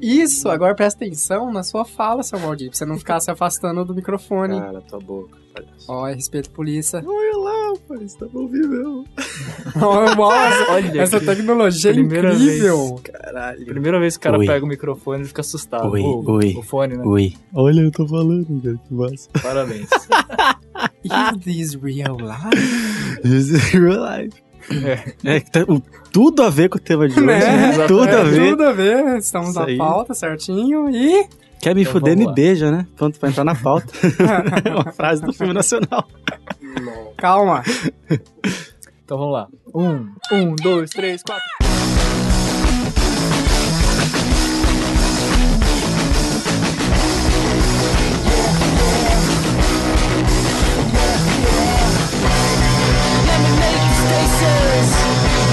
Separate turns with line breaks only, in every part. Isso, agora presta atenção na sua fala, seu maldito, pra você não ficar se afastando do microfone.
É.
Cara, tua boca, palhaço.
Ó, é respeito polícia.
Olha lá, rapaz, tá bom vivo.
Nossa,
Olha,
é essa
que-
tecnologia é
Primeira
incrível.
Caralho.
tá primeira vez que o cara
Oi.
pega o microfone ele fica assustado.
Oi,
o,
oi,
o fone, né?
Ui.
Olha, eu tô falando, cara, que massa.
Parabéns.
Ah.
Is this real life?
This is real life. É, que tá- o- tudo a ver com o tema de hoje.
Né?
Tudo a
É,
ver.
Tudo a ver. Estamos
Isso
na
aí.
pauta certinho e.
Quer me
Então
fuder,
vamos
me
lá.
beija, né? Pronto, pra entrar na pauta. é uma frase do filme nacional.
Calma.
Então vamos lá. Um.
Um, dois, três, quatro.
Let me make you faces.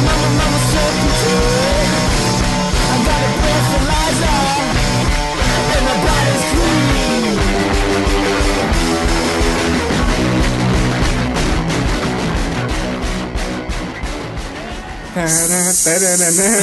Mama, mama, so confused. I got a breathalyzer, and my body's clean.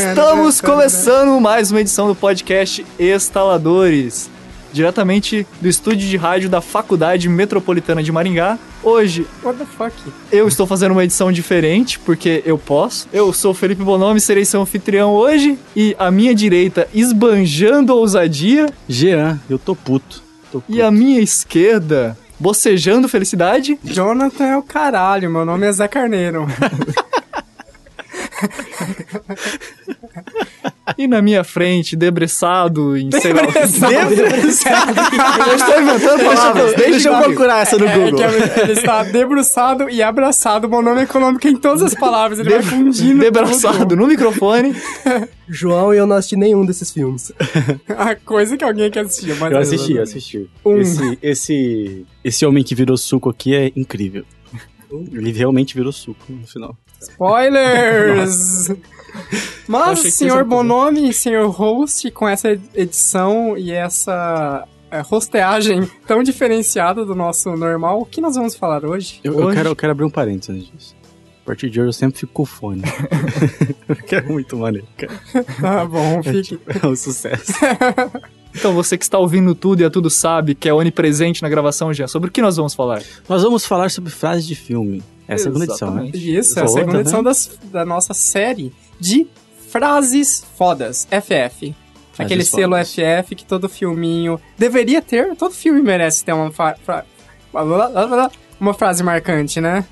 Estamos começando mais uma edição do podcast Estaladores, diretamente do estúdio de rádio da Faculdade Metropolitana de Maringá. Hoje
What the fuck?
eu estou fazendo uma edição diferente, porque eu posso. Eu sou o Felipe Bonomi, serei seu anfitrião hoje, e à minha direita, esbanjando ousadia,
Jean, eu tô puto. Tô puto.
e à minha esquerda, bocejando felicidade,
Jonathan é o caralho. Meu nome é Zé Carneiro.
e na minha frente, debreçado em sei lá o que.
Eu estou inventando
palavras,
Deixa,
deixa
eu
comigo.
procurar essa no
É, que
Google.
ele- ele está debruçado e abraçado. Meu nome econômico em todas as palavras. Ele vai fundindo.
Debraçado no microfone.
João, eu não assisti nenhum desses filmes.
tudo. A coisa que alguém quer assistir. Mas
Eu assisti, eu assisti.
Um.
Esse, esse, esse homem que virou suco aqui é incrível. Ele realmente virou suco no final.
Spoilers! Mas,
Achei que
senhor
vocês não
Bonomi, senhor host, com essa edição e essa é, hosteagem tão diferenciada do nosso normal, o que nós vamos falar hoje?
Eu, eu
Hoje-
quero, eu quero abrir um parênteses antes disso. A partir de hoje eu sempre fico com fone. Porque é muito maneiro, cara.
Tá bom, fique.
É um sucesso.
Então você que está ouvindo tudo e a tudo sabe, que é onipresente na gravação já, sobre o que nós vamos falar?
Nós vamos falar sobre frases de filme. É a segunda edição, né?
Exatamente.
Isso, é a
Boa
segunda
também.
edição das- da nossa série de frases fodas, FF. Aquele selo
fodas.
FF que todo filminho deveria ter, todo filme merece ter uma, fa- fra- blá, blá, blá, blá, uma frase marcante, né?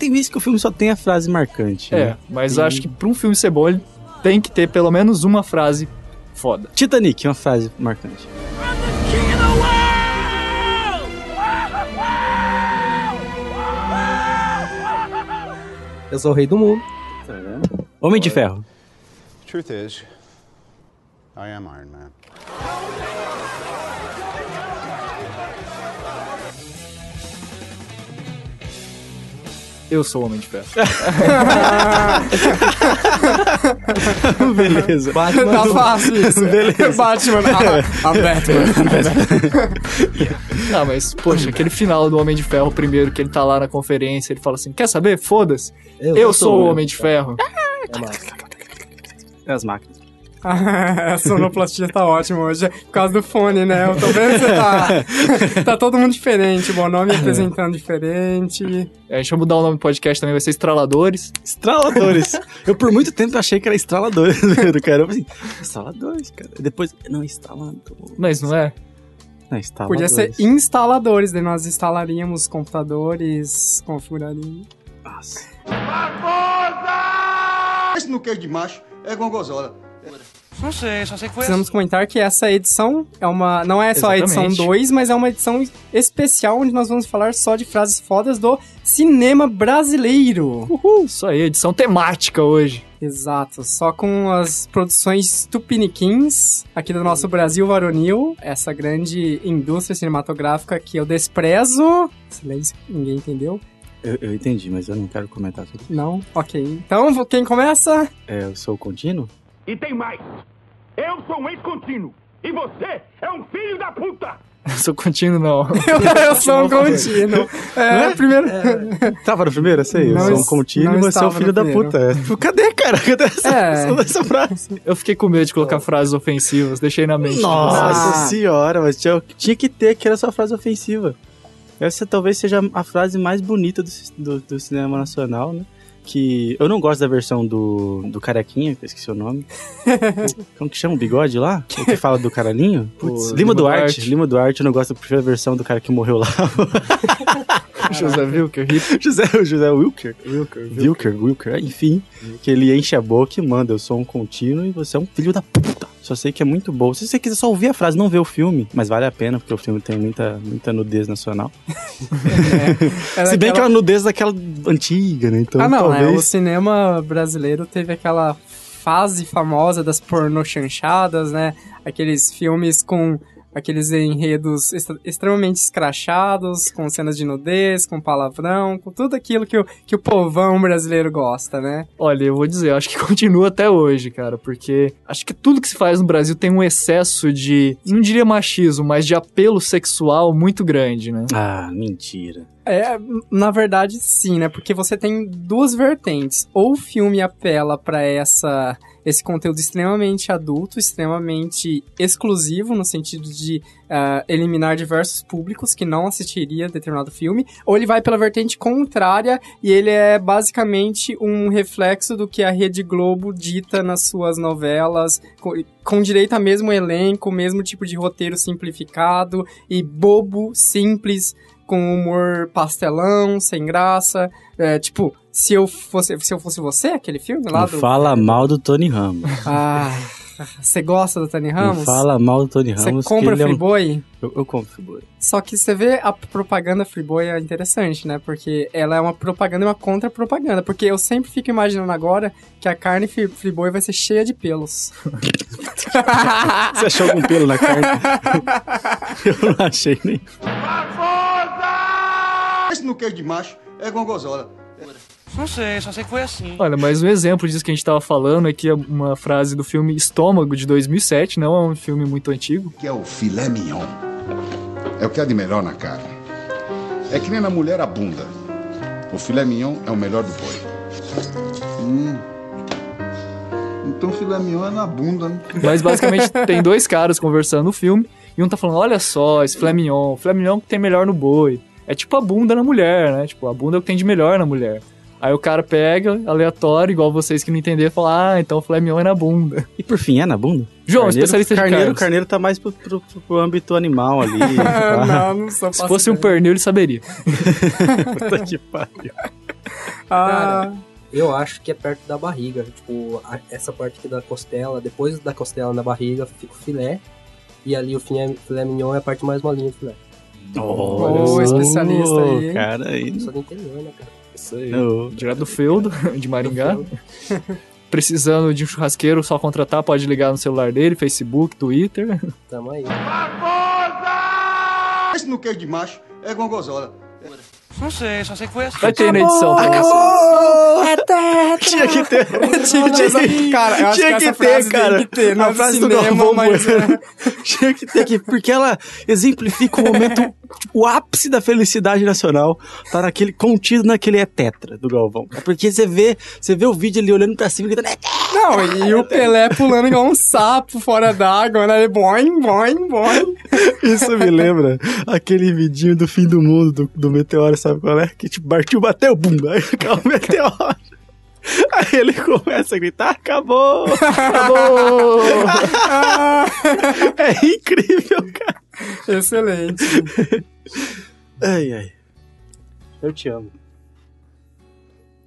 Tem vezes que o filme só tem a frase marcante.
É,
né?
mas acho que para um filme ser bom, ele tem que ter pelo menos uma frase foda.
Titanic é uma frase marcante.
I'm the king of the world!
Eu sou o rei do mundo.
Tá Homem de Ferro.
Truth is, I am Iron Man.
Eu sou o Homem de Ferro.
Beleza. um-
Tá fácil isso. Batman. Ah, a Batman.
Ah, mas poxa, aquele final do Homem de Ferro primeiro, que ele tá lá na conferência, ele fala assim, quer saber? Foda-se, eu, sou o Homem de Ferro.
É As máquinas.
Ah, a sonoplastia tá ótima hoje. Por causa do fone, né? Eu tô vendo que você tá. Tá todo mundo diferente. O nome apresentando diferente.
A gente vai É, mudar o nome do podcast também, vai ser Estraladores.
Estraladores. eu por muito tempo achei que era estraladores mesmo, cara. Eu falei assim, estraladores, cara. Depois, não, estralador.
Mas não é?
Não,
Podia
estraladores.
ser instaladores, daí nós instalaríamos computadores, configuraríamos.
Nossa.
Esse no queijo de macho é gongozola.
Precisamos comentar que essa edição é uma. Não é só a
Exatamente.
edição 2, mas é uma edição especial onde nós vamos falar só de frases fodas do cinema brasileiro.
Uhul, isso Uh, aí, edição temática hoje.
Exato, só com as produções tupiniquins aqui do nosso Brasil varonil, essa grande indústria cinematográfica que eu desprezo. Silêncio, ninguém entendeu?
Eu, eu entendi, mas eu não quero comentar sobre isso.
Não? Ok, então vo- quem começa?
É, eu sou o contínuo?
E tem mais. Eu sou um ex-contínuo.
E você é um filho da puta!
Eu sou contínuo, não.
eu sou um contínuo. É,
Né?
primeiro.
Tava no primeiro, eu sei. Eu
Não
sou um
es-
contínuo
não
e você é o
estava
filho
no
da
primeiro.
puta. É. Cadê, cara? Cadê essa,
É.
essa frase?
Eu fiquei com medo de colocar frases ofensivas, deixei na mente.
Nossa
Ah.
senhora, mas tinha, tinha que ter que era sua frase ofensiva. Essa talvez seja a frase mais bonita do, ci- do, do cinema nacional, né? Que eu não gosto da versão do, do Carequinha, que eu esqueci o nome. Como que chama o bigode lá? O que fala do Caralinho? Putz, Lima,
Lima
Duarte.
Duarte.
Lima Duarte, eu não gosto, eu prefiro a versão do cara que morreu lá.
José Wilker, hip.
José, o José Wilker.
Wilker,
Wilker, Wilker, É, enfim. Que ele enche a boca e manda, eu sou um contínuo e você é um filho da puta. Só sei que é muito bom. Se você quiser só ouvir a frase, não ver o filme. Mas vale a pena, porque o filme tem muita, muita nudez nacional.
era
Se bem que é
aquela-
uma nudez daquela antiga, né? Então
Ah, não, é, o
talvez...
cinema brasileiro teve aquela fase famosa das pornochanchadas, né? Aqueles filmes com aqueles enredos extra- extremamente escrachados, com cenas de nudez, com palavrão, com tudo aquilo que o, que o povão brasileiro gosta, né?
Olha, eu vou dizer, eu acho que continua até hoje, cara, porque acho que tudo que se faz no Brasil tem um excesso de, não diria machismo, mas de apelo sexual muito grande, né?
Ah, mentira.
É, na verdade, sim, né? Porque você tem duas vertentes. Ou o filme apela pra essa esse conteúdo extremamente adulto, extremamente exclusivo, no sentido de ah, eliminar diversos públicos que não assistiria determinado filme, ou ele vai pela vertente contrária e ele é basicamente um reflexo do que a Rede Globo dita nas suas novelas, com, com direito a mesmo elenco, mesmo tipo de roteiro simplificado e bobo, simples, com humor pastelão, sem graça. É, tipo, se eu fosse, se eu fosse você, aquele filme lá
Não
do.
fala mal do Tony Ramos.
Ah, você gosta do Tony
Não
Ramos?
fala mal do Tony
Você
Ramos. que
compra
ele é um-
Freeboy?
eu, eu compro Friboi.
Só que você vê a propaganda Freeboy é interessante, né? Porque ela é uma propaganda e uma contra-propaganda. Porque eu sempre fico imaginando agora que a carne Free- Freeboy vai ser cheia de pelos.
Você achou algum pelo na carne? eu não achei nem.
Esse no queijo de macho é gongozola.
Não sei, só sei que foi assim.
Olha, mas um exemplo disso que a gente tava falando aqui é uma frase do filme Estômago, de 2007, não é um filme muito antigo.
Que é o filé mignon. É o que há de melhor na carne. É que nem na mulher a bunda. O filé mignon é o melhor do boi. Hum. Então filé mignon é na bunda, né?
Mas basicamente tem dois caras conversando no filme e um tá falando: olha só, esse filé mignon, o filé mignon que tem melhor no boi. É tipo a bunda na mulher, né? Tipo, a bunda é o que tem de melhor na mulher. Aí o cara pega, aleatório, igual vocês que não entenderam, e fala: ah, então o filé mignon é na bunda.
E por fim, é na bunda?
um
João, especialista de
carneiro,
carnes.
carneiro tá mais pro, pro, pro âmbito animal ali.
Ah,
tá?
não, não sou
Se fosse um
pastor.
pernil, ele saberia.
Puta que pariu.
Ah,
Eu acho que é perto da barriga. Tipo, a- essa parte aqui da costela, depois da costela na barriga, fica o filé. E ali o filé, filé mignon é a parte mais molinha do filé.
Ô, especialista aí, hein?
Cara, aí.
Eu sou do interior, né, cara?
Isso aí.
não.
Direto do feudo, de Maringá. Precisando de um churrasqueiro, só contratar, pode ligar no celular dele, Facebook, Twitter.
Tamo aí.
Esse no queijo de macho é gongozola.
Não sei, só sei que foi assim.
Vai ter na edição. tá?
É
Tinha que ter.
Tinha que ter, cara. Eu acho
Tinha
que,
que
essa
ter,
frase
cara.
Tem que ter, não
A
é
frase do
cinema,
Galvão
mas... é.
Bueno. Tinha que ter que. Porque ela exemplifica o momento. O ápice da felicidade nacional tá naquele, contido naquele é tetra do Galvão. É porque você vê, você vê o vídeo ali olhando pra cima e gritando, "É tetra!"
Não, e o Pelé pulando igual um sapo fora d'água, né? Ele Boing, boing, boing.
Isso me lembra aquele vidinho do fim do mundo, do, do meteoro, sabe qual é? Que tipo, partiu, bateu, bum, aí caiu o meteoro. Aí ele começa a gritar, acabou, acabou.
Ah.
é incrível, cara.
Excelente.
Ai, ai. Eu te amo.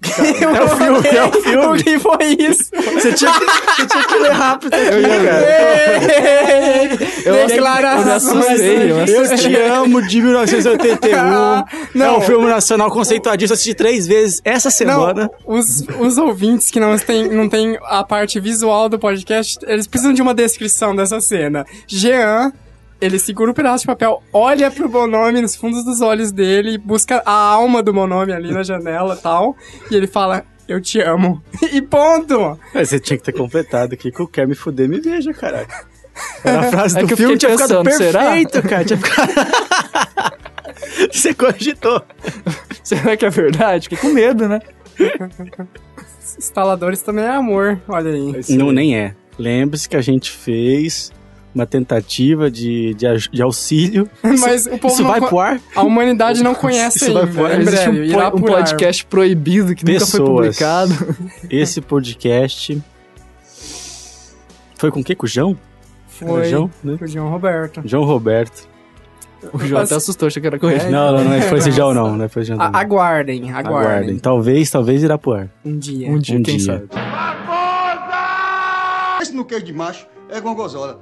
é o filme, é o filme. O que foi isso?
Você tinha que, você tinha que ler rápido aqui, cara.
Eu Declaração.
eu me assustei, eu me
Eu te amo de 1981. é
Não.
um filme nacional conceituadíssimo. Eu assisti três vezes essa
Não,
semana.
os, os ouvintes que não têm, não têm a parte visual do podcast, eles precisam de uma descrição dessa cena. Jean, ele segura o pedaço de papel, olha pro Bonome nos fundos dos olhos dele, busca a alma do Bonome ali na janela e tal, e ele fala, eu te amo. E ponto!
Mas Você tinha que ter completado aqui que eu quero me fuder, me veja, caralho. Era a frase
É
do
que eu
filme
fiquei
tinha ficado
pensando, será?
perfeito, cara. Tinha ficado... Você cogitou.
Será que é verdade? Fiquei com medo, né?
Instaladores também é amor, olha aí.
Não, nem é. Lembre-se que a gente fez uma tentativa de, de, aj- de auxílio.
Mas o povo
Isso
não
vai
co-
pro ar?
A humanidade não conhece
Isso vai
ainda.
fora.
Em
Existe
breve,
um,
irá
po- um
por ar.
podcast proibido que nunca foi
Pessoas.
publicado.
Esse podcast... Foi com o quê? Com o João? Era
Foi
João, né?
pro João Roberto.
João Roberto.
O João até assustou, achei que era com ele.
não, não, não é foi esse João, não. Não é foi esse João, não.
A- aguardem, aguardem,
Aguardem. Talvez, talvez irá pro ar.
Um dia.
Um dia,
Um
quem
dia.
sabe?
Esse no queijo de macho é gongozola.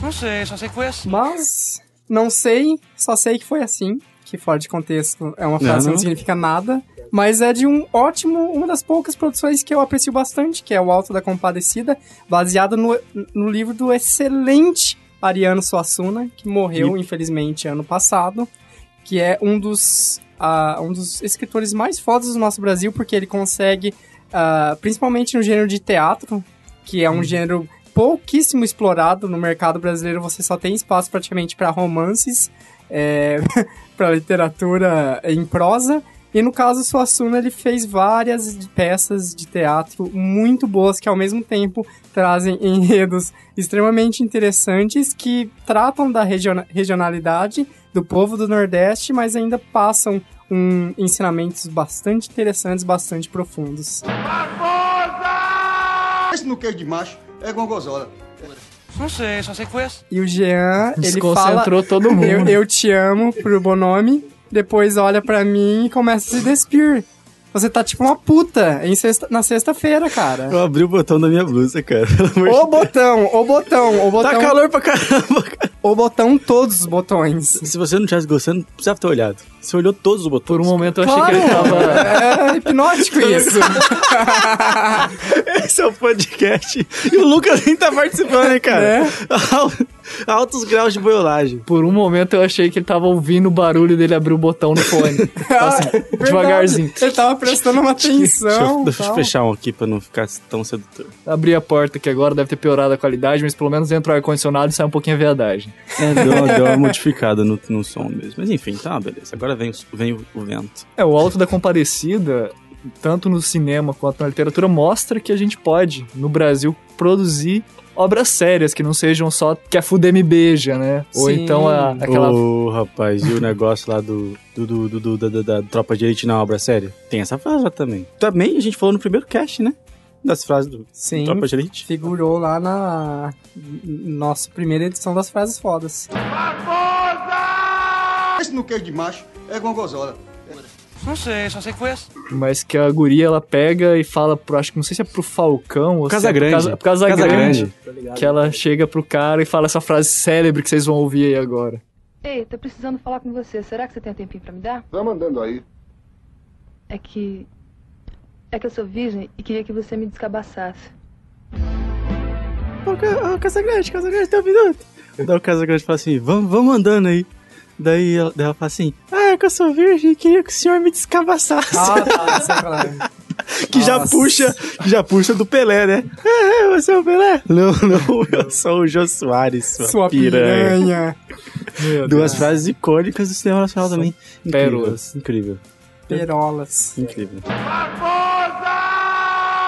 Não sei, só sei que foi assim.
Mas não sei, só sei que foi assim. Que fora de contexto é uma frase que
Não.
não significa nada. Mas é de um ótimo, uma das poucas produções que eu aprecio bastante, que é o Alto da Compadecida, baseado no, no livro do excelente Ariano Suassuna, que morreu, infelizmente, ano passado, que é um dos, ah, um dos escritores mais fodas do nosso Brasil, porque ele consegue, ah, principalmente no gênero de teatro, que é
Uhum.
um gênero pouquíssimo explorado no mercado brasileiro. Você só tem espaço praticamente para romances, é, para literatura em prosa. E no caso, Suassuna, ele fez várias peças de teatro muito boas que, ao mesmo tempo, trazem enredos extremamente interessantes que tratam da regiona- regionalidade do povo do Nordeste, mas ainda passam um, ensinamentos bastante interessantes, bastante profundos.
Esse no queijo de macho é gongozola.
Não sei, só sei que foi assim.
E o Jean, ele fala
Desconcentrou todo mundo.
Eu, eu te amo pro Bonomi, depois olha pra mim e começa a se despir. Você tá tipo uma puta em sexta- na sexta-feira, cara.
Eu abri o botão da minha blusa, cara. Pelo amor de
Ô botão, ô botão, ô
Tá
botão,
calor pra caramba, cara.
ô botão, todos os botões.
Se você não tivesse gostando, não precisava ter olhado. Você olhou todos os botões.
Por um momento eu achei
Claro,
que ele tava.
é hipnótico isso.
Esse é o podcast. E o Lucas nem tá participando, hein, cara?
Né?
Al- Altos graus de boiolagem.
Por um momento eu achei que ele tava ouvindo o barulho dele abrir o botão no fone. Tá assim,
É Verdade.
devagarzinho.
Ele tava prestando uma
Deixa eu,
atenção.
deixa eu
tal.
fechar um aqui pra não ficar tão sedutor.
Abri a porta que agora deve ter piorado a qualidade, mas pelo menos entra o ar-condicionado e sai um pouquinho a viadagem.
É, deu, uma- deu uma modificada no, no som mesmo. Mas enfim, tá, beleza. Agora vem, os- vem o, o vento.
É, o Alto da Comparecida, tanto no cinema quanto na literatura, mostra que a gente pode, no Brasil, produzir obras sérias que não sejam só que a FUDEM beija, né? Ou
Sim.
então a- aquela.
Ô, rapaz, e o negócio lá do, do, do, do- do- da, da- da Tropa de Elite na obra séria? Tem essa frase lá também. Também a gente falou no primeiro cast, né? Das frases do
Sim,
Tropa de Elite.
figurou lá na n- nossa primeira edição das frases fodas.
Esse no queijo de macho é gongozola.
Não sei, só sei que foi assim.
Mas que a guria ela pega e fala pro. Acho que não sei se é pro Falcão ou se é pro
Casagrande.
Casa, pro Casagrande.
Casagrande.
Tá ligado?
Que ela chega pro cara e fala essa frase célebre que vocês vão ouvir aí agora.
Ei, tô precisando falar com você. Será que você tem um tempinho pra me dar?
Tá mandando aí.
É que. É que eu sou virgem e queria que você me descabaçasse.
Ô, ca- ô, Casagrande, Casagrande, tá ouvindo? Daí o Casagrande fala assim, vamos, vamos andando aí. Daí ela, daí ela fala assim, ah, é que eu sou virgem e queria que o senhor me descabaçasse.
Ah, tá, sei lá.
que já
nossa.
puxa, que já puxa do Pelé, né? É, é, você é o Pelé? Não, não, eu sou o Jô Soares, sua,
Sua
piranha.
piranha.
Duas frases icônicas do cinema nacional também.
pérolas.
Incrível,
Perolas.
incrível.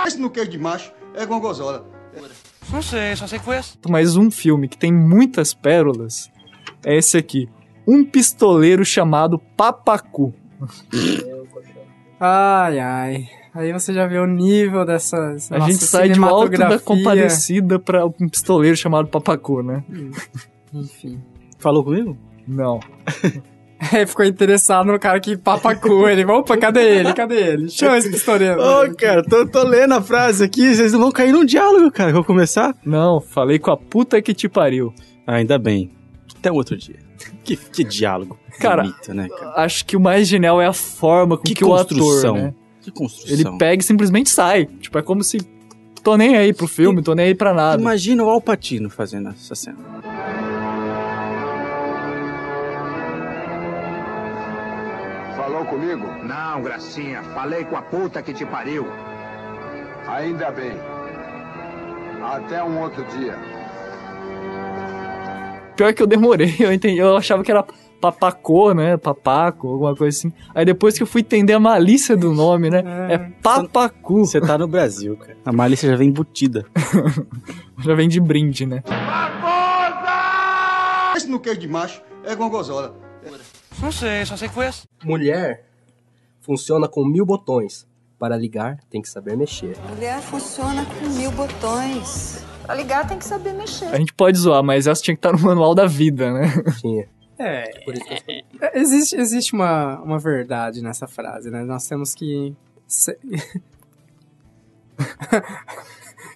Esse no queijo de macho é gongozola.
Não sei, só sei que foi assim.
Mas um filme que tem muitas pérolas é esse aqui. Um pistoleiro chamado Papacu.
Ai, ai. Aí você já vê o nível dessa dessa
A
nossa
gente sai de um alto da
cinematografia.
comparecida pra um pistoleiro chamado Papacu, né?
Enfim.
Falou comigo?
Não.
É, ficou interessado no cara que papacou ele. Opa, cadê ele? Cadê ele? Chama esse pistoleiro.
Ô, cara, tô, tô lendo a frase aqui, vocês não vão cair num diálogo, cara. Vou começar?
Não, falei com a puta que te pariu.
Ah, Ainda bem. Até um outro dia. Que, que diálogo
Cara,
bonito, né, cara?
Acho que o mais genial é a forma com que,
Que
o ator,
construção.
né?
Que construção.
Ele pega e simplesmente sai. Tipo, é como se. Tô nem aí pro filme, tô nem aí pra nada.
Imagina o Alpatino fazendo essa cena.
Falou comigo?
Não, gracinha, falei com a puta que te pariu.
Ainda bem. Até um outro dia.
Pior que eu demorei, eu entendi. Eu achava que era papacô, né? Papaco, alguma coisa assim. Aí depois que eu fui entender a malícia do nome, né? É papacu.
Você tá no Brasil, cara. A malícia já vem embutida.
Já vem de brinde, né?
Esse no queijo de macho é gongozola.
Não sei, só sei conheço.
Mulher funciona com mil botões. Para ligar, tem que saber mexer.
Mulher funciona com mil botões. Pra ligar tem que saber mexer.
A gente pode zoar, mas essa tinha que estar no manual da vida, né?
Tinha.
É,
Por isso que eu escolhi.
existe, existe uma, uma verdade nessa frase, né? Nós temos que. se-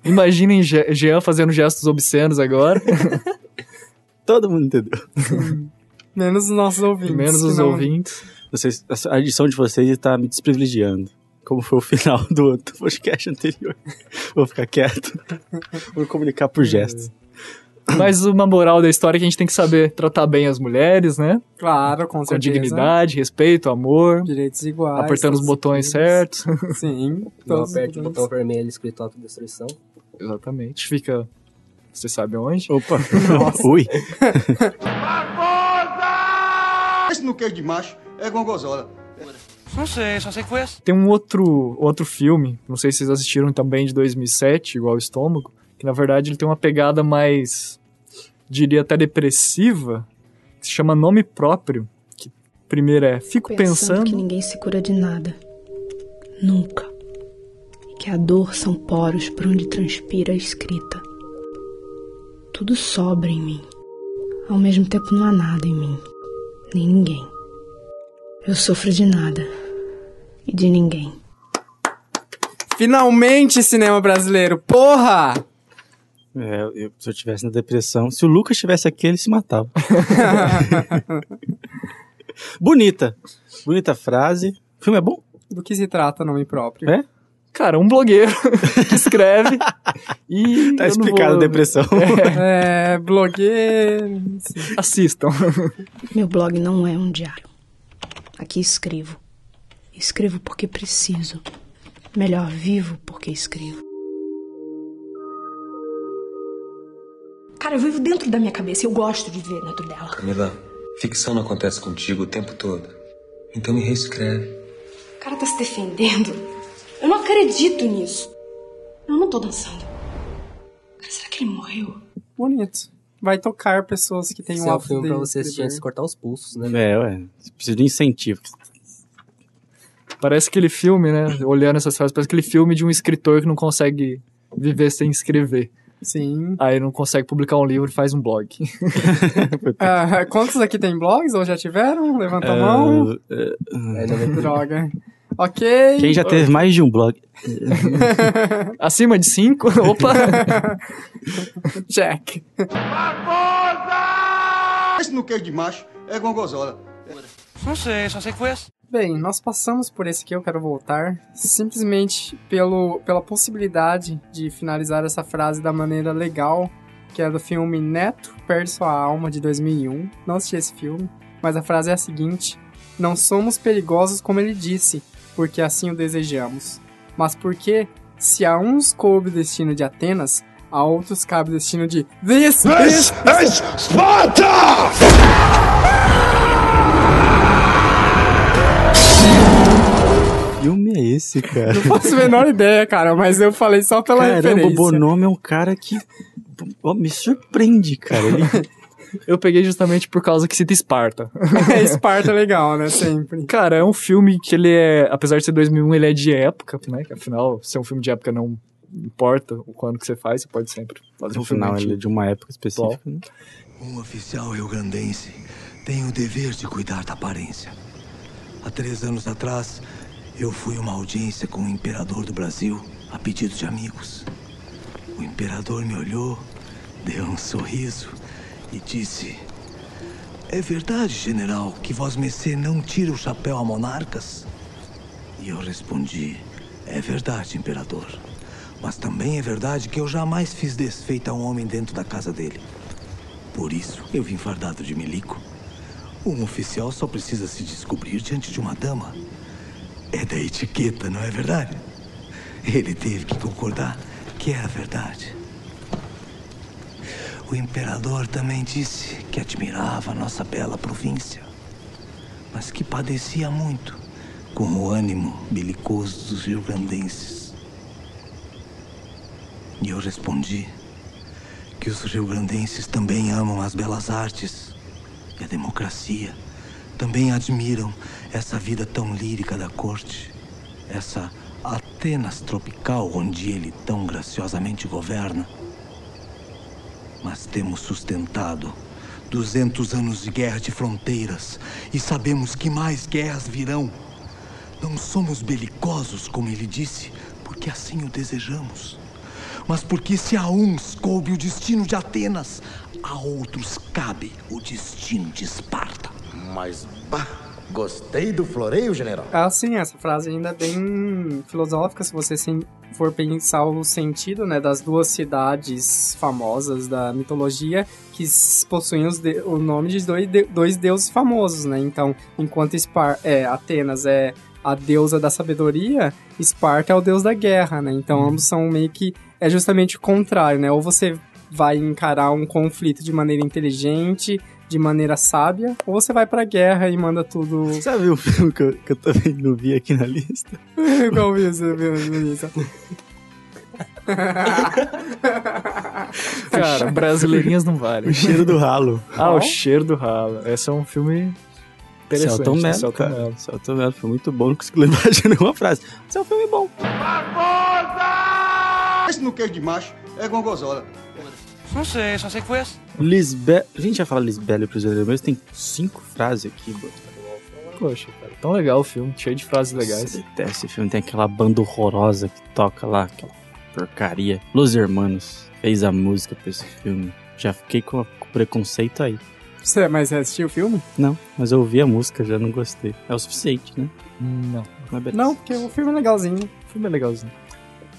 Imaginem Je- Jean fazendo gestos obscenos agora.
Todo mundo entendeu.
Menos os nossos ouvintes.
menos
que
os
não-
ouvintes.
Vocês, a a edição de vocês está me desprivilegiando. Como foi o final do outro podcast anterior. Vou ficar quieto. Vou comunicar por gestos.
Mas uma moral da história é que a gente tem que saber tratar bem as mulheres, né?
Claro, com
Com
certeza.
dignidade, respeito, amor.
Direitos iguais.
apertando os
todos
botões
seguidos.
certos.
Sim.
Não
todos os
aperte o
botões.
botão vermelho escrito autodestruição.
Exatamente. Fica. Você sabe onde?
Opa. Ui.
Esse no queijo de macho é gongozola.
Não sei, só sei conheço.
Tem um outro, outro filme, não sei se vocês assistiram também, de 2007, igual o Estômago, que na verdade ele tem uma pegada mais, diria até depressiva, que se chama Nome Próprio. Que primeiro é Fico Pensando.
que ninguém se cura de nada. Nunca. E que a dor são poros por onde transpira a escrita. Tudo sobra em mim. Ao mesmo tempo não há nada em mim. Nem ninguém. Eu sofro de nada. E de ninguém.
Finalmente cinema brasileiro, porra!
É, eu- se eu tivesse na depressão, se o Lucas estivesse aqui, ele se matava. Bonita. Bonita frase. O filme é bom?
Do que se trata nome próprio?
É?
Cara, um blogueiro que escreve e.
Tá
eu não
explicado
vou-
a depressão.
É, blogueiro.
Assistam.
Meu blog não é um diário. Aqui escrevo. Escrevo porque preciso. Melhor vivo porque escrevo. Cara, eu vivo dentro da minha cabeça e eu gosto de viver dentro dela.
Camila, ficção não acontece contigo o tempo todo. Então me reescreve.
O cara tá se defendendo. Eu não acredito nisso. Eu não tô dançando. Cara, será que ele morreu?
Bonito. Vai tocar pessoas que têm
Esse
um
é o
alvo
filme
de-
pra você
de
assistir antes de
ver.
cortar os pulsos, né?
É, ué. Você precisa de incentivo.
Parece aquele filme, né? Olhando essas frases, parece aquele filme de um escritor que não consegue viver sem escrever.
Sim.
Aí não consegue publicar um livro e faz um blog.
Ah, quantos aqui tem blogs ou já tiveram? Levanta a mão.
Ah, é,
É, não
Droga. Ok.
quem já teve mais de um blog?
Acima de cinco, opa!
Jack.
Esse no queijo de macho é gongozola.
Não sei, só sei conheço.
Bem, nós passamos por esse aqui, eu quero voltar, simplesmente pelo, pela possibilidade de finalizar essa frase da maneira legal, que é do filme Neto Perde Sua Alma, de 2001. Não assisti esse filme, mas a frase é a seguinte: Não somos perigosos como ele disse, porque assim o desejamos. Mas porque, se a uns coube o destino de Atenas, a outros cabe o destino de This is
Que filme é esse, cara?
Não faço a menor ideia, cara, mas eu falei só pela
Caramba, o
referência.
Bonomo é um cara que ó, me surpreende, cara. Ele
Eu peguei justamente por causa que cita Esparta.
É, Esparta é legal, né? Sempre.
Cara, é um filme que ele é, apesar de ser 2001, ele é de época, né? Que afinal, ser um filme de época não importa o quando que você faz, você pode sempre fazer
no
um filme
final ele é
antigo.
de uma época específica. né?
Um oficial rio-grandense tem o dever de cuidar da aparência. Há três anos atrás, eu fui a uma audiência com o imperador do Brasil a pedido de amigos. O imperador me olhou, deu um sorriso e disse: É verdade, general, que vosmecê não tira o chapéu a monarcas? E eu respondi: É verdade, imperador. Mas também é verdade que eu jamais fiz desfeita a um homem dentro da casa dele. Por isso, eu vim fardado de milico. Um oficial só precisa se descobrir diante de uma dama. É da etiqueta, não é verdade? Ele teve que concordar que era verdade. é O imperador também disse que admirava nossa bela província, mas que padecia muito com o ânimo belicoso dos riograndenses. E eu respondi que os riograndenses também amam as belas artes e a democracia. Também admiram essa vida tão lírica da corte, essa Atenas tropical onde ele tão graciosamente governa. Mas temos sustentado 200 anos de guerra de fronteiras e sabemos que mais guerras virão. Não somos belicosos, como ele disse, porque assim o desejamos. Mas porque se a uns coube o destino de Atenas, a outros cabe o destino de Esparta.
Mas, bah, gostei do floreio, general.
Ah, sim, essa frase ainda é bem filosófica, se você sen- for pensar o sentido, né, das duas cidades famosas da mitologia que s- possuem os de- o nome de dois, de- dois deuses famosos, né? Então, enquanto Spar é, Atenas é a deusa da sabedoria, Esparta é o deus da guerra, né? Então, ambos são meio que é justamente o contrário, né? Ou você vai encarar um conflito de maneira inteligente, de maneira sábia, ou você vai pra guerra e manda tudo
Sabe um filme que eu, que eu também não vi aqui na lista?
Qual isso, Vinícius?
Cara, brasileirinhas não valem.
O Cheiro do Ralo.
Ah,
Qual?
O Cheiro do Ralo. Esse é um filme interessante.
Celton
né?
Mello,
Celton
cara. Celton Mello foi muito bom, não consigo lembrar de nenhuma frase. Mas é um filme bom.
Esse no queijo de macho é gongozola. Não sei, só sei conheço.
Lisbe... A gente ia falar Lisbela e o Prisioneiro, mas tem cinco frases aqui, mano.
Poxa, cara, tão legal o filme, cheio de frases legais.
Esse filme tem aquela banda horrorosa que toca lá, aquela porcaria. Los Hermanos fez a música pra esse filme. Já fiquei com com preconceito aí.
Você, mas você assistiu o filme?
Não, mas eu ouvi a música, já não gostei. É o suficiente, né?
Não.
Não, porque o filme é legalzinho.
O filme é legalzinho.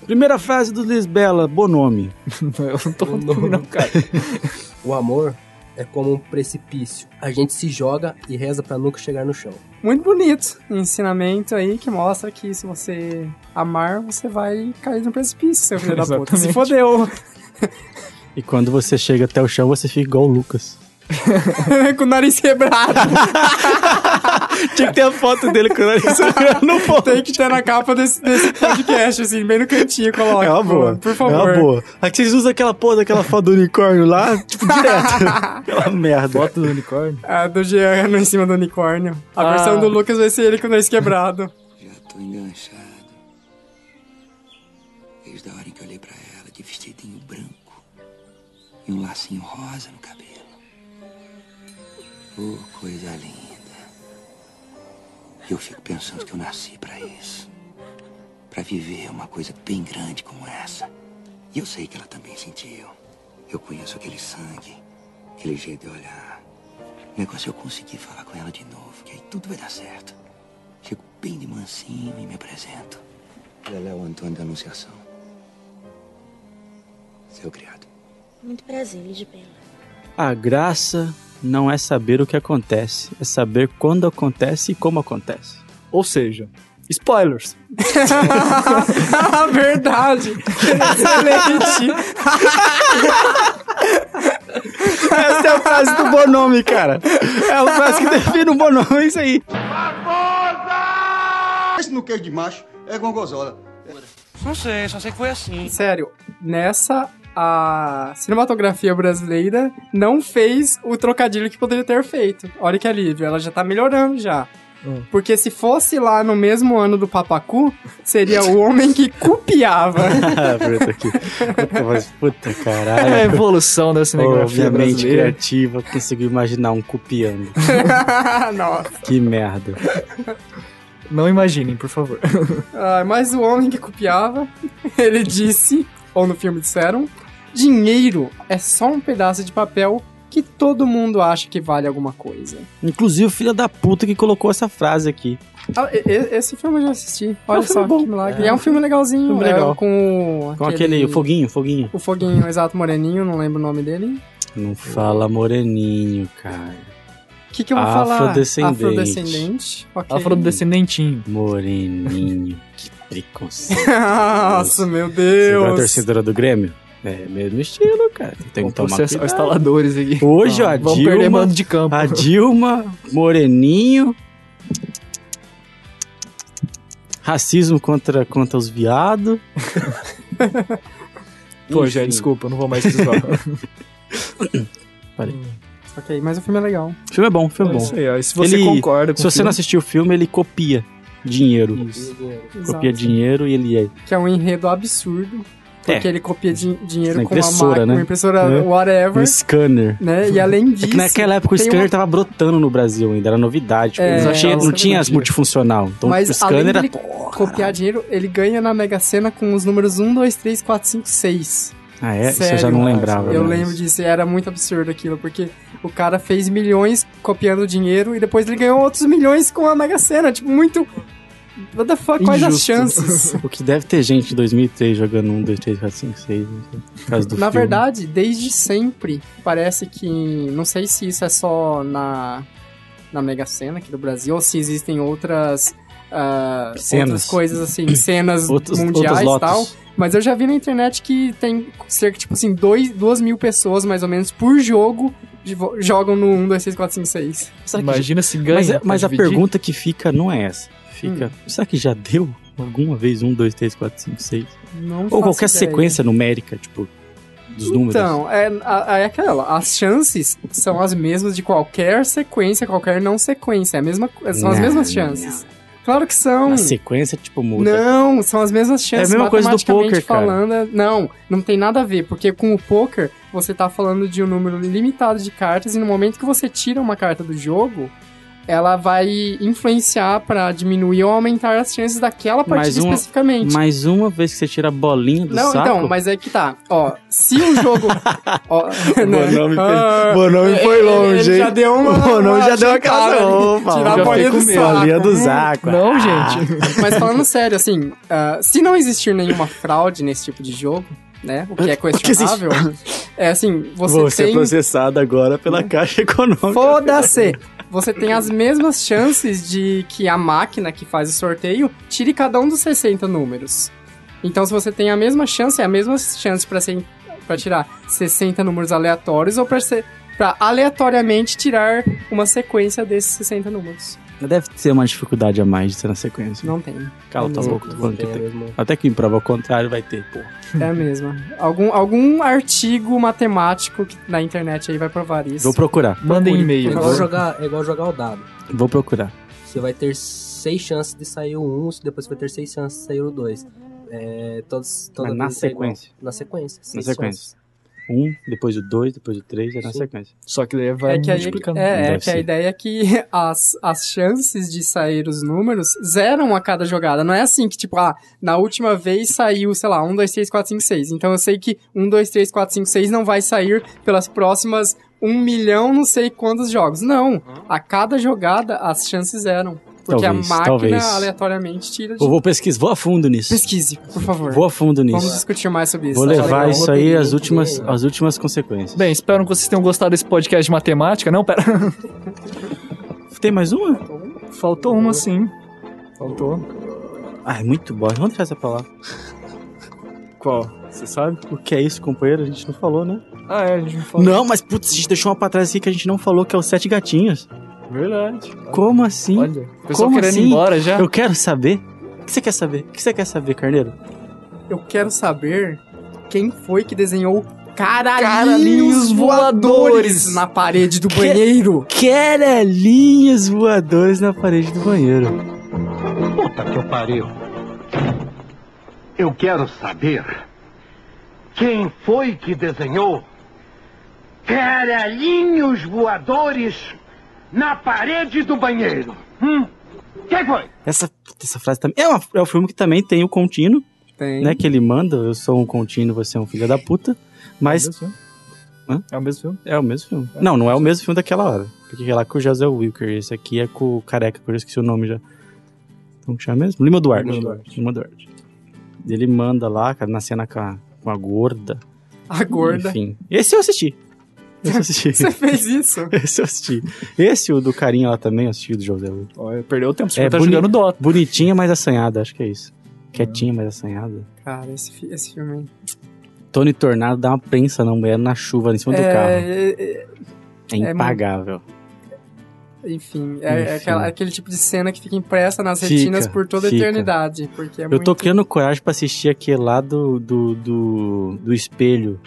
Primeira frase do Lisbela, bom nome.
eu não tô falando nome, não, cara.
O amor é como um precipício. A gente se joga e reza pra nunca chegar no chão.
Muito bonito. Um ensinamento aí que mostra que se você amar, você vai cair no precipício, seu filho da puta. Se
Exatamente.
fodeu.
E quando você chega até o chão, você fica igual o Lucas.
com o nariz quebrado.
Tinha que ter a foto dele com o nariz quebrado no ponto.
Tem que ter na capa desse, desse podcast, assim, bem no cantinho, coloca.
É uma boa.
Por favor.
É uma boa. Aqui vocês usam aquela porra daquela foto do unicórnio lá, tipo, direto. aquela merda.
Foto do unicórnio?
A do Jean no em cima do unicórnio. A
Ah.
versão do Lucas vai ser ele com o nariz quebrado.
Tô enganchado. Desde a hora em que eu olhei pra ela, de vestidinho branco e um lacinho rosa no cabelo. Oh, coisa linda. E eu fico pensando que eu nasci pra isso. Pra viver uma coisa bem grande como essa. E eu sei que ela também sentiu. Eu conheço aquele sangue, aquele jeito de olhar. O negócio é eu conseguir falar com ela de novo, que aí tudo vai dar certo. Chego bem de mansinho e me apresento. Lelé o Antônio da Anunciação. Seu criado.
Muito prazer, Lisbela.
A graça não é saber o que acontece, é saber quando acontece e como acontece.
Ou seja, spoilers.
É
Verdade. Excelente.
Essa é a frase do Bonome, cara. É a frase que define o Bonome, é isso aí.
Esse no queijo de macho é gongozola. Não sei, só sei conheço.
Sério, nessa a cinematografia brasileira não fez o trocadilho que poderia ter feito. Olha que alívio, ela já tá melhorando já.
Hum.
Porque se fosse lá no mesmo ano do Papacu, seria o homem que cupiava.
Puta, que... Ah, puta, mas puta caralho.
É a evolução da cinegrafia
Obviamente
brasileira.
criativa, conseguiu imaginar um copiando.
Nossa.
Que merda.
Não imaginem, por favor.
Ah, mas o homem que copiava, ele disse, ou no filme disseram, dinheiro é só um pedaço de papel que todo mundo acha que vale alguma coisa.
Inclusive o filho da puta que colocou essa frase aqui.
Ah, e- e- esse filme eu já assisti. Olha
um
só
filme
que milagre. E É, um filme legalzinho.
Filme
é
legal.
com
Com aquele, o foguinho, o foguinho.
O Foguinho, exato, Moreninho, não lembro o nome dele.
Não fala moreninho, cara.
O que, que eu vou falar?
Afrodescendente.
Afrodescendente. ok.
Afrodescendentinho.
Moreninho. Que preconceito.
Nossa, meu
Você viu a
Deus.
torcedora do Grêmio? É, mesmo estilo, cara. Tem que
Vamos
tomar
processar
cuidado.
os instaladores aqui.
Hoje,
Não,
a
vamos
Dilma... Ah,
perder mando de campo.
A Dilma, Moreninho... Racismo contra, contra os viados.
Pô, já, desculpa, eu não vou mais Tá precisar.
Parei.
Ok, mas o filme é legal.
O filme é bom, o filme é
É
bom.
isso aí, ó. E se você concorda com
Se
o
você
filme-
não assistiu o filme, ele copia dinheiro. Copia
Exato.
dinheiro e ele é.
Que é um enredo absurdo. Porque
É.
ele copia din- dinheiro
Na
com uma
impressora,
máquina,
né?
uma impressora
Né?
whatever.
Um scanner.
Né? E além
É
disso.
que naquela época
Uhum.
o
tem
scanner
uma-
tava brotando no Brasil ainda, era novidade. tipo,
É,
não tinha,
não
não tinha as
tinha.
multifuncional. Então
Mas
o
além
scanner
dele
era.
copiar dinheiro, ele ganha na Mega Sena com os números 1, 2, 3, 4, 5, 6.
Ah, é? Isso eu já não lembrava.
Eu
né?
lembro disso, e era muito absurdo aquilo, porque o cara fez milhões copiando dinheiro e depois ele ganhou outros milhões com a Mega Sena. Tipo, muito. What the fuck, quais as
Injusto.
chances?
o que deve ter gente em 2003 jogando 1, 2, 3, 4, 5, 6. né, Por causa do
Na
filme.
verdade, desde sempre, parece que. Não sei se isso é só na, na Mega Sena aqui do Brasil, ou se existem outras. ah,
Cenas.
outras coisas assim, cenas
Outros-
mundiais
outros
e tal.
lotos.
Mas eu já vi na internet que tem cerca, tipo assim, 2 mil pessoas mais ou menos por jogo de vo- jogam no 1, 2, 3, 4, 5, 6.
Imagina se ganha.
Mas, é-
pra
mas a
dividir.
pergunta que fica não é essa. Fica.
Hum.
Será que já deu alguma vez 1, 2, 3, 4, 5, 6?
Não
Ou
faço
qualquer
ideia.
sequência numérica, tipo, dos números?
Então, é, a- é aquela. As chances são as mesmas de qualquer sequência, qualquer não sequência. É a mesma, são as
Não,
mesmas
não,
chances. Claro que são.
A sequência, tipo, muda.
Não, são as mesmas chances.
É a mesma coisa do
matematicamente
poker, cara.
falando, é- Não, não tem nada a ver, porque com o poker você tá falando de um número limitado de cartas e no momento que você tira uma carta do jogo, ela vai influenciar pra diminuir ou aumentar as chances daquela
mais
partida
uma,
especificamente.
mais uma vez que você tira a bolinha do
Não,
saco.
então, mas é que tá. Ó, se o jogo. ó, né?
Bonome fez-
Ah,
Bonome foi
ele-
longe,
Ele já
hein?
deu uma.
O Bonome
uma
já deu aquela-
chutada ali,
Opa,
Tirar
já
a bolinha do
fiquei com medo. Bolinha
saco.
do saco.
Não,
Ah.
gente. Mas falando sério, assim, ah, se não existir nenhuma fraude nesse tipo de jogo, né? O que é questionável. é assim, você
Vou ser
tem.
processado agora pela Caixa Econômica.
Foda-se! Você tem as mesmas chances de que a máquina que faz o sorteio tire cada um dos 60 números. Então, se você tem a mesma chance, é a mesma chance pra ser- pra tirar 60 números aleatórios ou pra ser- pra aleatoriamente tirar uma sequência desses 60 números.
Deve ser uma dificuldade a mais de ser na sequência.
Não tem. É
Cala tá
Então,
mesmo.
louco, tô falando que
Não tem, é
tem.
mesmo.
Até que me prova o contrário vai ter, pô.
É a mesma. Algum, algum artigo matemático que- na internet aí vai provar isso. um
Vou procurar. Mandem
Procure,
e-mail.
por
É igual,
favor.
jogar, é igual jogar o dado.
Vou procurar.
Você vai ter seis chances de sair o um, depois vai ter seis chances de sair o dois. É, todos, toda
Mas na
vez é igual.
sequência.
na sequência.
Na
seis chances.
sequência. Um, depois o dois, depois o três, é na
Sim.
sequência.
Só que daí vai
É que, aí,
multiplicando.
é, é
Deve
que a
ser.
ideia é que as, as chances de sair os números zeram a cada jogada. Não é assim que, tipo, ah, na última vez saiu, sei lá, 1, 2, 3, 4, 5, 6. Então eu sei que 1, 2, 3, 4, 5, 6 não vai sair pelas próximas 1 milhão, não sei quantos jogos. Não. A cada jogada as chances zeram. Porque
Talvez,
a máquina
talvez.
aleatoriamente tira de.
Eu vou pesquisar, vou a fundo nisso.
Pesquise, por favor.
Vou a fundo nisso.
Vamos discutir mais sobre isso. Tá
Vou levar isso aí às
as
últimas, às últimas consequências.
Bem, espero que vocês tenham gostado desse podcast de matemática. Não, pera.
Tem mais uma?
Faltou uma, sim. Faltou.
Ah, é muito bom. Vamos deixar essa palavra.
Qual? Você sabe?
O que é isso, companheiro? A gente não falou, né?
Ah, é, a gente não falou.
Não, mas putz, a gente deixou uma pra trás aqui que a gente não falou, que é os Sete Gatinhos.
Verdade.
Como assim?
Olha, o pessoal
Como
querendo
assim?
ir embora já. É
Eu quero saber. O que você quer saber? O que você quer saber, Carneiro?
Eu quero saber quem foi que desenhou caralhinhos,
Caralhinhos voadores.
voadores na parede do banheiro.
Querelinhos voadores na parede do banheiro.
Puta que eu pariu. Eu quero saber quem foi que desenhou caralhinhos voadores na parede do banheiro. Hum? Quem foi?
Essa, puta, essa frase também. É, uma- é um filme que também tem o Contino.
Tem.
Né, que ele manda, eu sou um contínuo, você é um filho da puta. Mas. Hã?
É o mesmo filme?
É o mesmo filme. Não, não é o mesmo filme daquela hora. Porque aquele lá é com o José Wilker, esse aqui é com o Careca, que eu já esqueci o nome já. Como que chama mesmo? Lima Duarte.
Lima Duarte.
Lima Duarte. Ele manda lá, cara, na cena com a, com a gorda.
A gorda.
Enfim. Esse eu assisti. Esse eu assisti.
Você fez isso?
Esse eu assisti. Esse, o do carinha lá também, eu assisti, o do José Wilker.
Olha, perdeu tempo, você tá
boni-
jogando Dota.
é Bonitinha, mas assanhada, acho que é isso. Quietinha, mas assanhada.
Cara, esse, fi- esse filme.
Tony Tornado dá uma prensa na mulher na chuva, em cima do carro.
É,
É impagável.
Enfim, é, é
Enfim.
aquela- aquele tipo de cena que fica impressa nas retinas
Fica,
por toda a
fica.
eternidade. Porque é
Eu tô
muito-
criando coragem pra assistir aquele lá do, do, do, do espelho.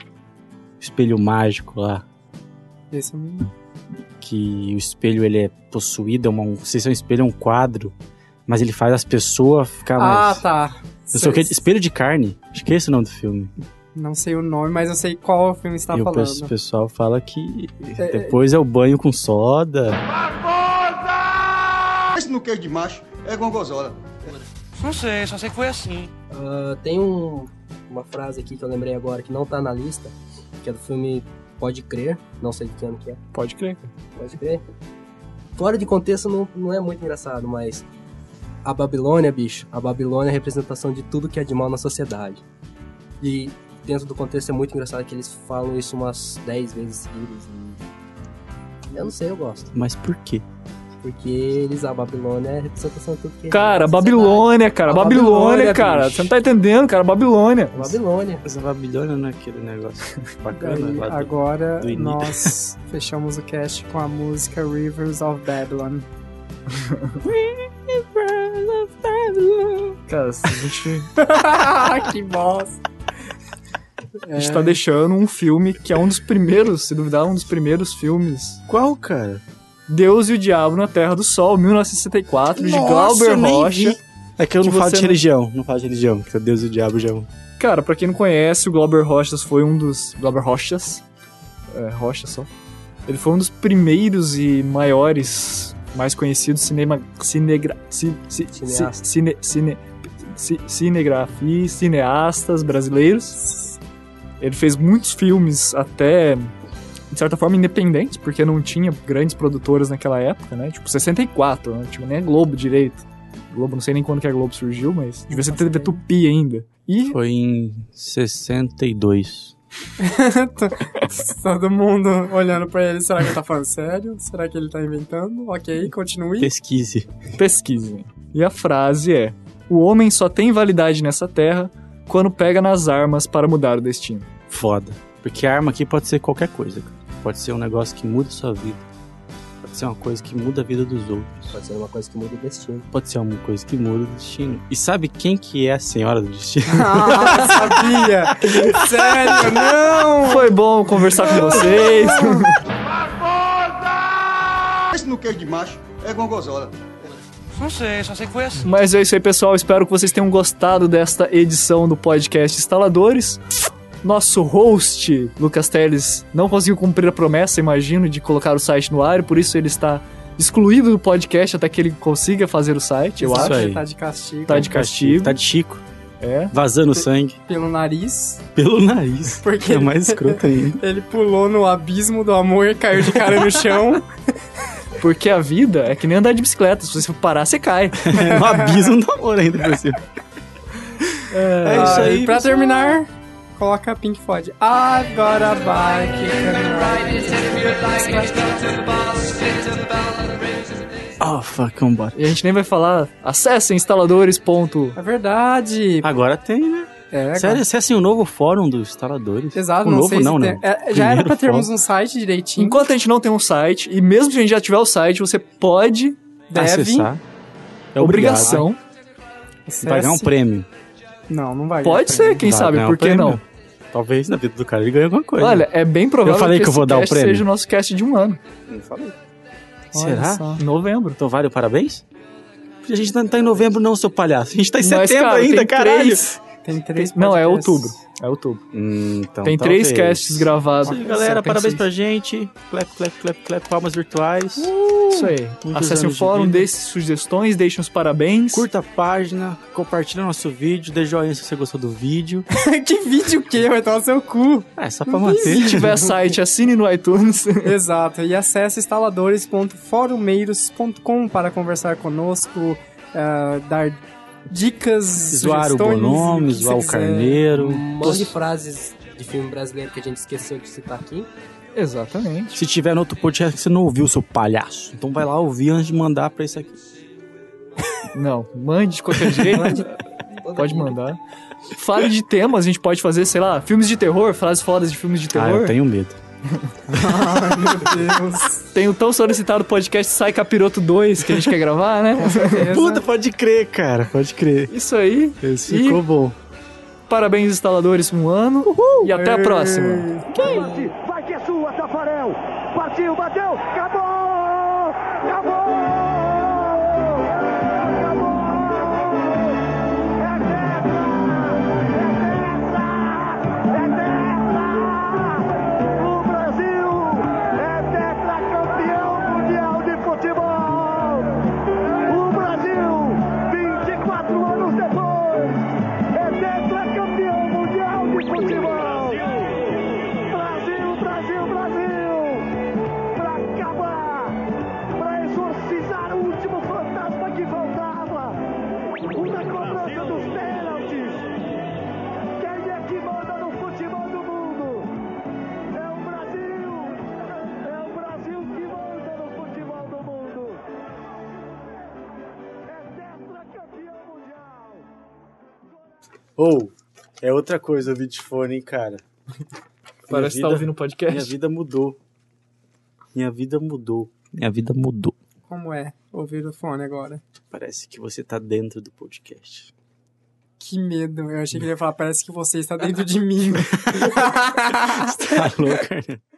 Espelho mágico lá.
Esse é um-
Que o espelho ele é possuído, é uma, não sei se é um espelho, é um quadro. Mas ele faz as pessoas ficar
Ah,
mais.
tá.
Não sei o que, espelho de carne. Acho que é esse o nome do filme.
Não sei o nome, mas eu sei qual filme você tá
e o
falando.
pe- pessoal fala que
É, é.
depois é o banho com soda.
Mas no queijo de macho é gongozola. Não sei, só sei que foi assim.
Ah, tem um- uma frase aqui que eu lembrei agora que não tá na lista, que é do filme Pode Crer, não sei de que ano que é.
Pode crer.
Pode crer. Fora de contexto não, não é muito engraçado, mas a Babilônia, bicho, a Babilônia é a representação de tudo que é de mal na sociedade. E dentro do contexto é muito engraçado que eles falam isso umas 10 vezes seguidas. E Eu não sei, eu gosto.
Mas por quê?
Porque eles, a Babilônia é a representação de tudo que é de mal
Cara,
tá
na sociedade.
Babilônia, cara.
A
Babilônia,
Babilônia,
cara.
bicho.
Você não tá entendendo, cara. Babilônia.
Babilônia.
Mas a Babilônia não é aquele negócio bacana
Daí,
lá do-
agora
do início.
nós fechamos o cast com a música Rivers of Babylon.
Cara, a gente,
Ah, que bosta.
É.
a gente tá deixando um filme que é um dos primeiros, se duvidar, um dos primeiros filmes.
Qual, cara?
Deus e o Diabo na Terra do Sol, 1964, de
Nossa, eu
Glauber
nem
Rocha.
vi. É que eu
Que
não falo
você
de
não-
religião. Não falo de religião, porque Deus e o diabo já é um.
Cara, pra quem não conhece, o Glauber Rochas foi um dos. Glauber Rochas. É, Rocha só. Ele foi um dos primeiros e maiores, mais conhecidos cinema. Cinegra, ci, ci,
Cineasta.
ci- cine, cine, ci- cinegrafi- cineastas brasileiros. Ele fez muitos filmes, até de certa forma independentes, porque não tinha grandes produtoras naquela época, né? Tipo, 64, né? Tipo, nem a Globo direito. Globo, não sei nem quando que a Globo surgiu, mas devia ser TV Tupi ainda. E
Foi em 62.
Todo mundo olhando pra ele, será que ele tá falando sério? Será que ele tá inventando? Ok, continue.
Pesquise.
Pesquisem. E a frase é: O homem só tem validade nessa terra quando pega nas armas para mudar o destino.
Foda. Porque a arma aqui pode ser qualquer coisa. cara. Pode ser um negócio que muda a sua vida. Pode ser uma coisa que muda a vida dos outros.
Pode ser uma coisa que muda o destino.
Pode ser uma coisa que muda o destino. E sabe quem que é a senhora do destino?
Ah, sabia! Sério, não!
Foi bom conversar com vocês.
Mas no queijo de macho é gongozola. Não sei, só sei que foi assim.
Mas é isso aí, pessoal. Espero que vocês tenham gostado desta edição do podcast Instaladores. Nosso host, Lucas Teles, não conseguiu cumprir a promessa, imagino, de colocar o site no ar, e por isso ele está excluído do podcast até que ele consiga fazer o site, eu
Isso
acho.
aí. Tá de castigo.
Tá de castigo.
Tá de Chico.
É.
Vazando sangue
Pelo nariz.
pelo nariz.
Porque
é mais escroto ainda.
Ele pulou no abismo do amor e caiu de cara no chão.
Porque a vida é que nem andar de bicicleta. Se você parar, você cai.
É um abismo do amor ainda por cima. É isso
Ah,
aí.
e pra
pessoal.
terminar, coloca Pink Floyd. Agora vai, que
Oh, fuck, vambora.
E a gente nem vai falar. Acesse instaladores. ponto-
É verdade.
Agora tem, né?
É,
Sério, acessem o novo fórum dos instaladores.
Exato,
o
não
novo
sei se
não,
tem-
né?
é, já era
Primeiro
pra termos
fórum.
um site direitinho.
Enquanto a gente não tem um site, e mesmo se a gente já tiver o site, você pode, deve,
Acessar. É
obrigação.
Acesse.
Vai ganhar um prêmio.
Não, não vai.
Pode
ganhar
ser,
prêmio.
quem
Vai
sabe,
ganhar um
por que
prêmio.
não?
Talvez na vida do cara ele ganhe alguma coisa.
Olha, é bem provável
Eu falei que eu
esse
vou dar o
cast
prêmio.
seja o nosso cast de um ano. Olha
Será?
só. Em novembro.
Então vale o parabéns? Porque a gente não tá em novembro, não, seu palhaço. A gente tá em
Mas,
setembro
cara,
ainda,
tem
caralho.
três-
Tem três
Não, é
podcasts.
outubro. É outubro.
Hum, então,
tem três
talvez.
casts gravados. Então,
Isso aí, galera.
Tem
Parabéns
seis.
pra gente. Clap, clap, clap, clap. Palmas virtuais.
Isso aí.
Muitos
Acesse o
anos de
fórum,
vida.
dê sugestões, deixem os parabéns.
Curta a página, compartilha nosso vídeo, dê joinha se você gostou do vídeo.
que vídeo que vai tomar seu cu?
É, só pra
Uhum. Se
manter.
tiver site, assine no iTunes.
Exato. E acesse instaladores.forumeiros.com para conversar conosco, ah, dar dicas,
Zoar o
sugestões,
Bonomes,
que você
zoar o
quiser.
Carneiro.
Um monte de frases de filme brasileiro que a gente esqueceu de citar aqui.
Exatamente.
Se tiver no outro podcast que você não ouviu, seu palhaço. Então vai lá ouvir antes de mandar pra esse aqui.
Não, mande de qualquer jeito.
Mande.
Pode mandar. Fale de temas, a gente pode fazer, sei lá, filmes de terror, frases fodas de filmes de terror.
Ah, eu tenho medo.
Ai, meu Deus.
Tem o tão solicitado podcast Sai Capiroto 2 que a gente quer gravar, né?
Puta, pode crer, cara, pode crer.
Isso aí.
Esse
E-
ficou bom.
Parabéns, instaladores, um ano. E até a próxima.
Bate, vai que é sua, Tafarel! Partiu, bateu, acabou! Acabou! É é é É exorcizar o último fantasma que faltava. Uma cobrança dos pênaltis. Quem é que manda no futebol do mundo? É o Brasil. É o Brasil que manda no futebol do mundo. É tetracampeão mundial.
Ou, é outra coisa ouvir de fone, hein, cara. Minha
Parece que tá
vida-
ouvindo podcast.
Minha vida mudou. Minha vida mudou. Minha vida mudou.
Como é ouvir o fone agora?
Parece que você tá dentro do podcast.
Que medo. Eu achei que ele ia falar, parece que você está dentro de mim.
Tá louco, né?